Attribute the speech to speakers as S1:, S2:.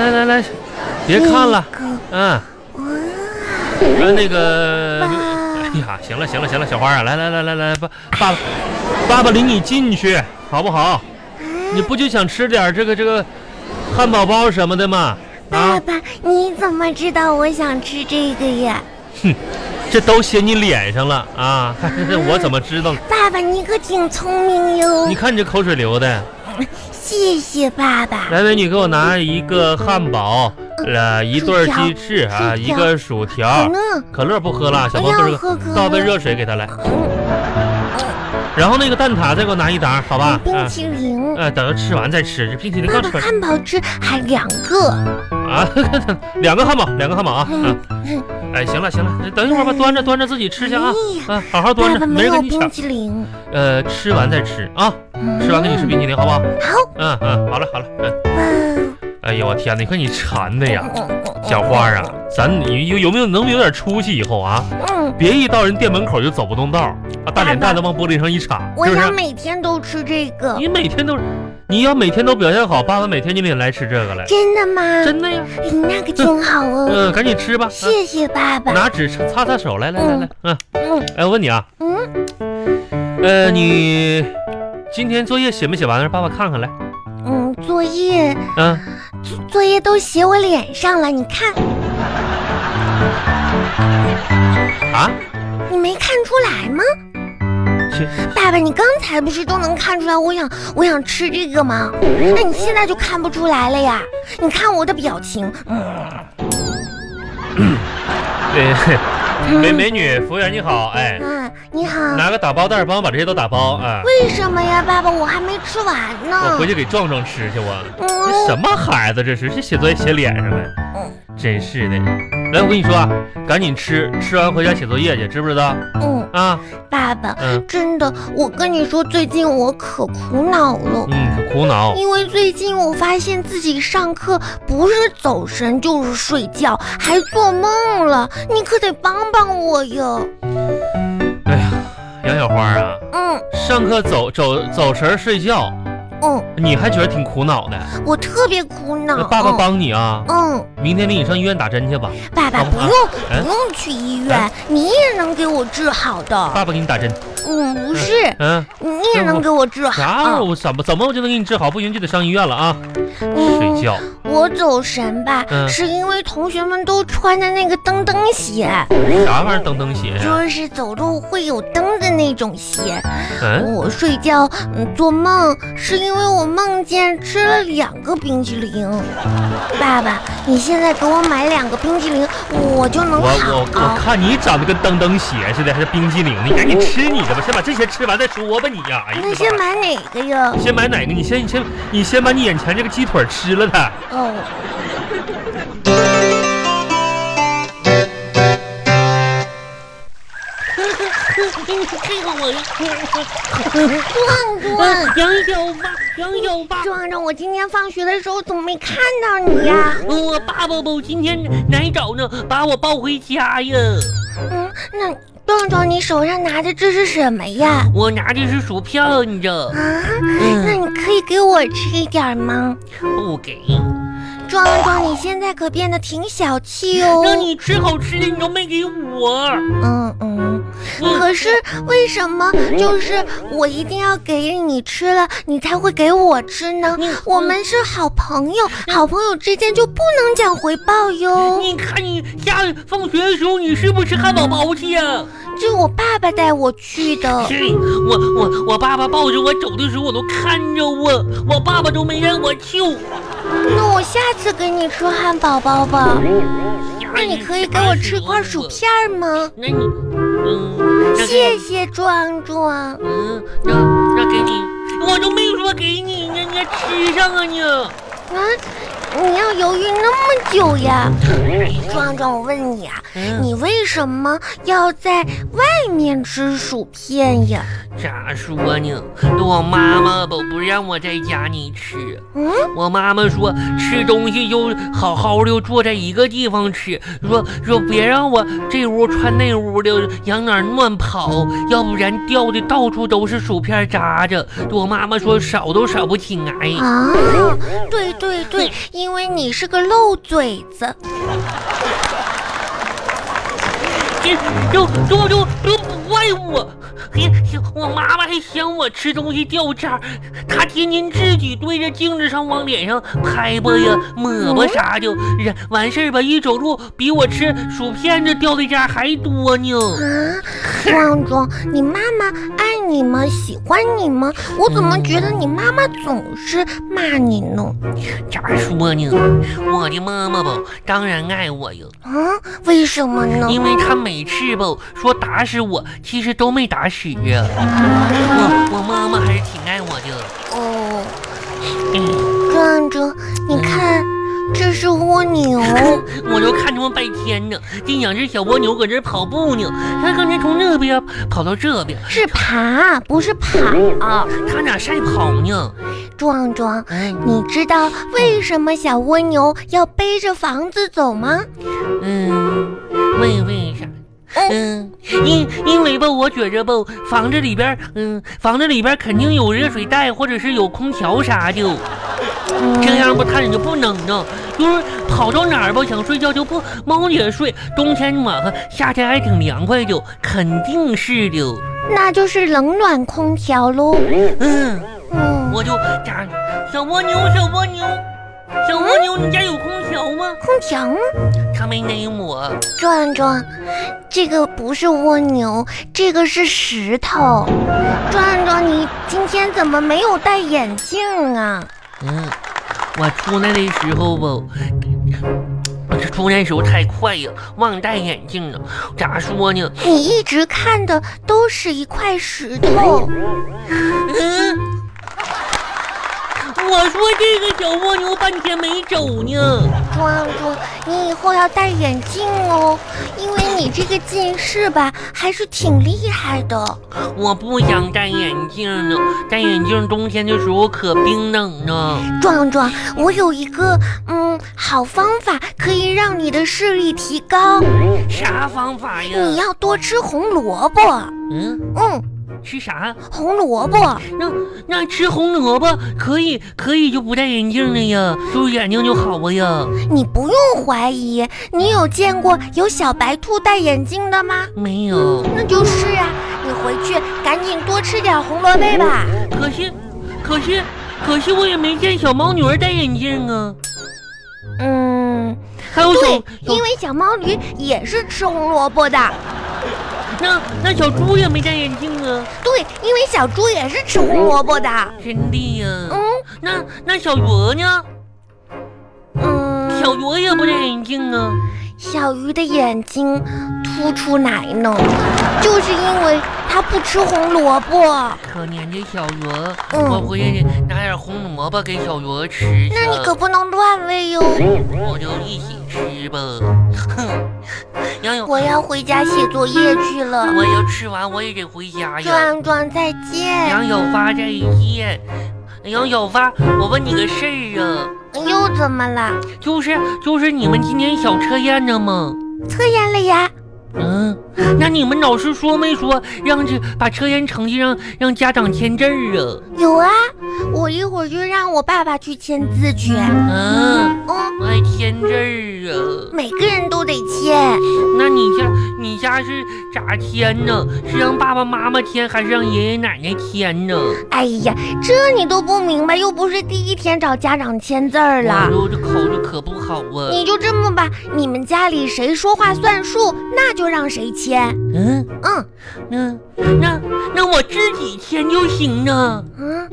S1: 来来，别看了，嗯，呃那个，哎呀，行了行了行了，小花啊，来来来来来，爸爸爸爸爸领你进去好不好？
S2: 哎
S1: 你不就想吃点这个这个汉堡包什么的吗？
S2: 爸
S1: 啊，
S2: 爸，你怎么知道我想吃这个呀？
S1: 这都写你脸上了啊！ 我怎么知道？
S2: 爸爸，你可挺聪明哟
S1: 你！看你这口水流的。
S2: 谢谢爸爸。
S1: 来，美女，给我拿一个汉堡，呃，一对儿鸡翅啊，
S2: 薯条
S1: 一个薯条
S2: 可，乐，
S1: 可乐不喝了，小
S2: 我
S1: 朋友
S2: 要
S1: 这
S2: 喝
S1: 个
S2: 可
S1: 倒杯
S2: 乐。
S1: 热水给他来。然后那个蛋挞再给我拿一打，好吧？
S2: 冰
S1: 嗯，
S2: 淇淋。
S1: 呃，等着吃完再吃，这冰淇淋
S2: 爸
S1: 刚
S2: 爸，
S1: 吃完
S2: 汉堡吃还两个。
S1: 啊， 两个汉堡，两个汉堡啊。嗯，哎，行了行了，等一会儿吧，端着端着自己吃去啊，
S2: 哎呀
S1: 啊，好好端
S2: 爸
S1: 着，
S2: 爸
S1: 没
S2: 没
S1: 人
S2: 有
S1: 跟你
S2: 冰
S1: 抢。
S2: 淇淋。
S1: 呃，吃完再吃啊，
S2: 嗯
S1: 吃完给你吃冰淇淋，好不好？
S2: 好。
S1: 嗯嗯，好了好了，嗯，哎呦我天哪，你看你馋的哎呀。
S2: 哇
S1: 小花啊，咱你有有没有能不能有点出息以后啊？
S2: 嗯，
S1: 别一到人店门口就走不动道儿啊，大脸蛋子往玻璃上一插，
S2: 我
S1: 是不
S2: 想
S1: 是？
S2: 每天都吃这个。
S1: 你每天都，你要每天都表现好，爸爸每天就得来吃这个来，
S2: 真的吗？
S1: 真的呀。
S2: 哎那可挺好哦。
S1: 嗯，赶紧吃吧，啊
S2: 谢谢爸爸。
S1: 拿纸擦擦手，来来来来，嗯，
S2: 嗯
S1: 哎，我问你啊，
S2: 嗯，
S1: 呃，你今天作业写没写完？让爸爸看看来，
S2: 嗯，作业
S1: 嗯，
S2: 作业都写我脸上了，你看
S1: 啊，
S2: 你没看出来吗？
S1: 写
S2: 爸爸，你刚才不是都能看出来我想我想吃这个吗？那你现在就看不出来了呀？你看我的表情，
S1: 呃，美美女服务员你好，哎，
S2: 嗯，你好，
S1: 拿个打包袋儿帮我把这些都打包啊，
S2: 为什么呀，爸爸？我还没吃完
S1: 我
S2: 呢
S1: 回。去给壮壮吃去我。这
S2: 嗯，
S1: 什么孩子这是？这写作业写脸上了，真是的。来，我跟你说啊，赶紧吃，吃完回家写作业去，知不知道？
S2: 嗯，
S1: 啊，
S2: 爸爸，
S1: 嗯
S2: 真的，我跟你说，最近我可苦恼了。
S1: 嗯，可苦恼。
S2: 因为最近我发现自己上课不是走神就是睡觉，还做梦了，你可得帮帮我哟。
S1: 哎呀，杨小花啊，
S2: 嗯
S1: 上课走走走神儿睡觉，
S2: 嗯，
S1: 你还觉得挺苦恼的？
S2: 我特别苦
S1: 那
S2: 恼。
S1: 爸爸帮你啊，
S2: 嗯。
S1: 明天领你上医院打针去吧，
S2: 嗯，爸爸
S1: 好不
S2: 不
S1: 好
S2: 用
S1: 嗯
S2: 不用去医院，你也能给我治好的。
S1: 爸爸给你打针。
S2: 嗯，不是，
S1: 嗯，
S2: 你也能给我治
S1: 啥？
S2: 好。
S1: 我怎么怎么我就能给你治好？不行就得上医院了啊！
S2: 嗯
S1: 睡觉，
S2: 我走神吧，
S1: 嗯哎
S2: 是因为同学们都穿的那个蹬蹬鞋，
S1: 啥玩意儿蹬蹬鞋呀？
S2: 就是走路会有蹬的那种鞋。
S1: 嗯，
S2: 我睡觉，嗯，做梦是因为我梦见吃了两个冰淇淋。爸爸，你现在给我买两个冰淇淋，我就
S1: 我
S2: 能好
S1: 我我看你长得跟蹬蹬鞋似的，还是冰激凌呢？你赶紧吃你的吧，先把这些吃完再说吧你呀、哎呀
S2: 那
S1: 我的妈
S2: 先买哪个呀？
S1: 先买哪个？你先你先你先把你眼前这个鸡腿吃了它。
S2: 哦，
S3: 这个我要，
S2: 壮壮，
S3: 杨小发，杨小发，
S2: 壮壮，我今天放学的时候怎么没看到你呀、
S3: 我爸爸不今天来找呢，把我抱回家呀。
S2: 嗯，那壮壮，你手上拿的这是什么呀？
S3: 我拿的是薯票，你知道？
S2: 啊，那你可以给我吃一点吗？
S3: 不给，
S2: 壮壮，你现在可变得挺小气哦。
S3: 让你吃好吃的你都没给我。
S2: 嗯嗯，
S3: 嗯
S2: 可是为什么就是我一定要给你吃了，你才会给我吃呢？我们是好朋友，好朋友之间就不能讲回报哟。
S3: 你看你下放学的时候，你是不是吃汉堡包去呀？
S2: 这我爸爸带我去的。
S3: 嘿，我我我爸爸抱着我走的时候，我都看着我，我爸爸都没让我救。
S2: 那我下次给你吃汉堡包吧。那你可以给我吃块薯片吗？
S3: 那你，嗯，那给
S2: 谢谢壮啊壮。
S3: 嗯，那那给你，我都没说给你呢，你还吃上啊你。
S2: 啊，你要犹豫那么久呀？壮壮，我问你啊，
S3: 嗯
S2: 你为什么要在外面吃薯片呀？
S3: 咋说呢？我妈妈不不让我在家里吃，
S2: 嗯，
S3: 我妈妈说吃东西就好好的坐在一个地方吃，说说别让我这屋穿那屋的，往哪儿乱跑，要不然掉的到处都是薯片渣子。我妈妈说少都少不起来。
S2: 啊，对对对，因因为你是个漏嘴子。
S3: 这就就就就不怪哎我，嘿嘿我妈妈还嫌我吃东西掉渣儿，她天天自己对着镜子上往脸上拍吧呀、抹吧啥的，然完事儿吧，一走路比我吃薯片子掉的渣儿还多呢。
S2: 啊，旺中，你妈妈爱你吗？喜欢你吗？我怎么觉得你妈妈总是骂你呢？
S3: 咋说呢？我的妈妈吧，当然爱我呀。
S2: 啊，为什么呢？
S3: 因为他每次吧说打死我，其实都没打死呀。我我妈妈还是挺爱我的。
S2: 哦，
S3: 嗯，
S2: 壮壮，你看，这是蜗牛。
S3: 我就看他们半天呢，这两只小蜗牛搁这跑步呢。它刚才从那边跑到这边，
S2: 是爬，不是跑。
S3: 它俩赛跑呢。
S2: 壮壮，
S3: 哎，
S2: 你知道为什么小蜗牛要背着房子走吗？
S3: 嗯，为为啥？嗯，因因为吧，我觉着吧，房子里边儿，嗯，房子里边儿肯定有热水袋或者是有空调啥的。这样不，他也就不冷呢。就是跑到哪儿吧，想睡觉就不猫也睡，冬天暖和，夏天还挺凉快的，肯定是的。
S2: 那就是冷暖空调喽。
S3: 嗯，
S2: 嗯，
S3: 我就咋，小蜗牛，小蜗牛，小蜗牛，你家有空调吗？
S2: 空调吗？
S3: 他没勒我。
S2: 壮壮，这个不是蜗牛，这个是石头。壮壮，你今天怎么没有戴眼镜啊？
S3: 嗯，我出来的时候吧，我这出来的时候太快呀，忘戴眼镜了。咋说呢？
S2: 你一直看的都是一块石头。
S3: 嗯，我说这个小蜗牛半天没走呢。
S2: 壮壮，你以后要戴眼镜哦，因为你这个近视吧还是挺厉害的。
S3: 我不想戴眼镜了，戴眼镜冬天的时候可冰冷啊了。
S2: 壮壮，我有一个嗯好方法，可以让你的视力提高。
S3: 啥方法呀？
S2: 你要多吃红萝卜，
S3: 嗯，
S2: 嗯，
S3: 吃啥？
S2: 红萝卜。
S3: 那那吃红萝卜可以可以就不戴眼镜了呀，就是眼睛就好啊呀。
S2: 你不用怀疑，你有见过有小白兔戴眼镜的吗？
S3: 没有，
S2: 那就是啊，你回去赶紧多吃点红萝卜吧。
S3: 可是可是可是我也没见小猫女儿戴眼镜啊。
S2: 嗯，
S3: 还有小
S2: 对，
S3: 小
S2: 因为小毛驴也是吃红萝卜的。
S3: 那那小猪也没戴眼镜啊，
S2: 对，因为小猪也是吃红萝卜的。
S3: 真的呀。
S2: 嗯
S3: 那那小鹅呢？
S2: 嗯，
S3: 小鹅也不戴眼镜啊。
S2: 小鱼的眼睛凸出来呢，就是因为它不吃红萝卜。
S3: 可怜的小鹅，
S2: 嗯
S3: 我回去拿点红萝卜给小鹅吃去。
S2: 那你可不能乱喂哟！
S3: 我就一起吃吧。 哼，杨勇，
S2: 我要回家写作业去了。
S3: 我要吃完我也得回家呀。
S2: 壮壮再见，
S3: 杨小发再见。杨小发，我问你个事儿啊，
S2: 又哎怎么了？
S3: 就是就是你们今天小测验呢吗？
S2: 测验了呀？
S3: 嗯，那你们老师说没说让这把测验成绩让让家长签字儿
S2: 有啊，我一会儿就让我爸爸去签字去。
S3: 啊？嗯，
S2: 嗯，
S3: 我还签字儿啊。
S2: 每个人都得签。
S3: 那你家你家是咋签呢？是让爸爸妈妈签，还是让爷爷奶奶签呢？
S2: 哎呀，这你都不明白，又不是第一天找家长签字儿了。
S3: 我哎这口子可不好啊。
S2: 你就这么吧，你们家里谁说话算数，那就让谁签。
S3: 嗯，
S2: 嗯
S3: 那那那我自己签就行呢。
S2: 嗯，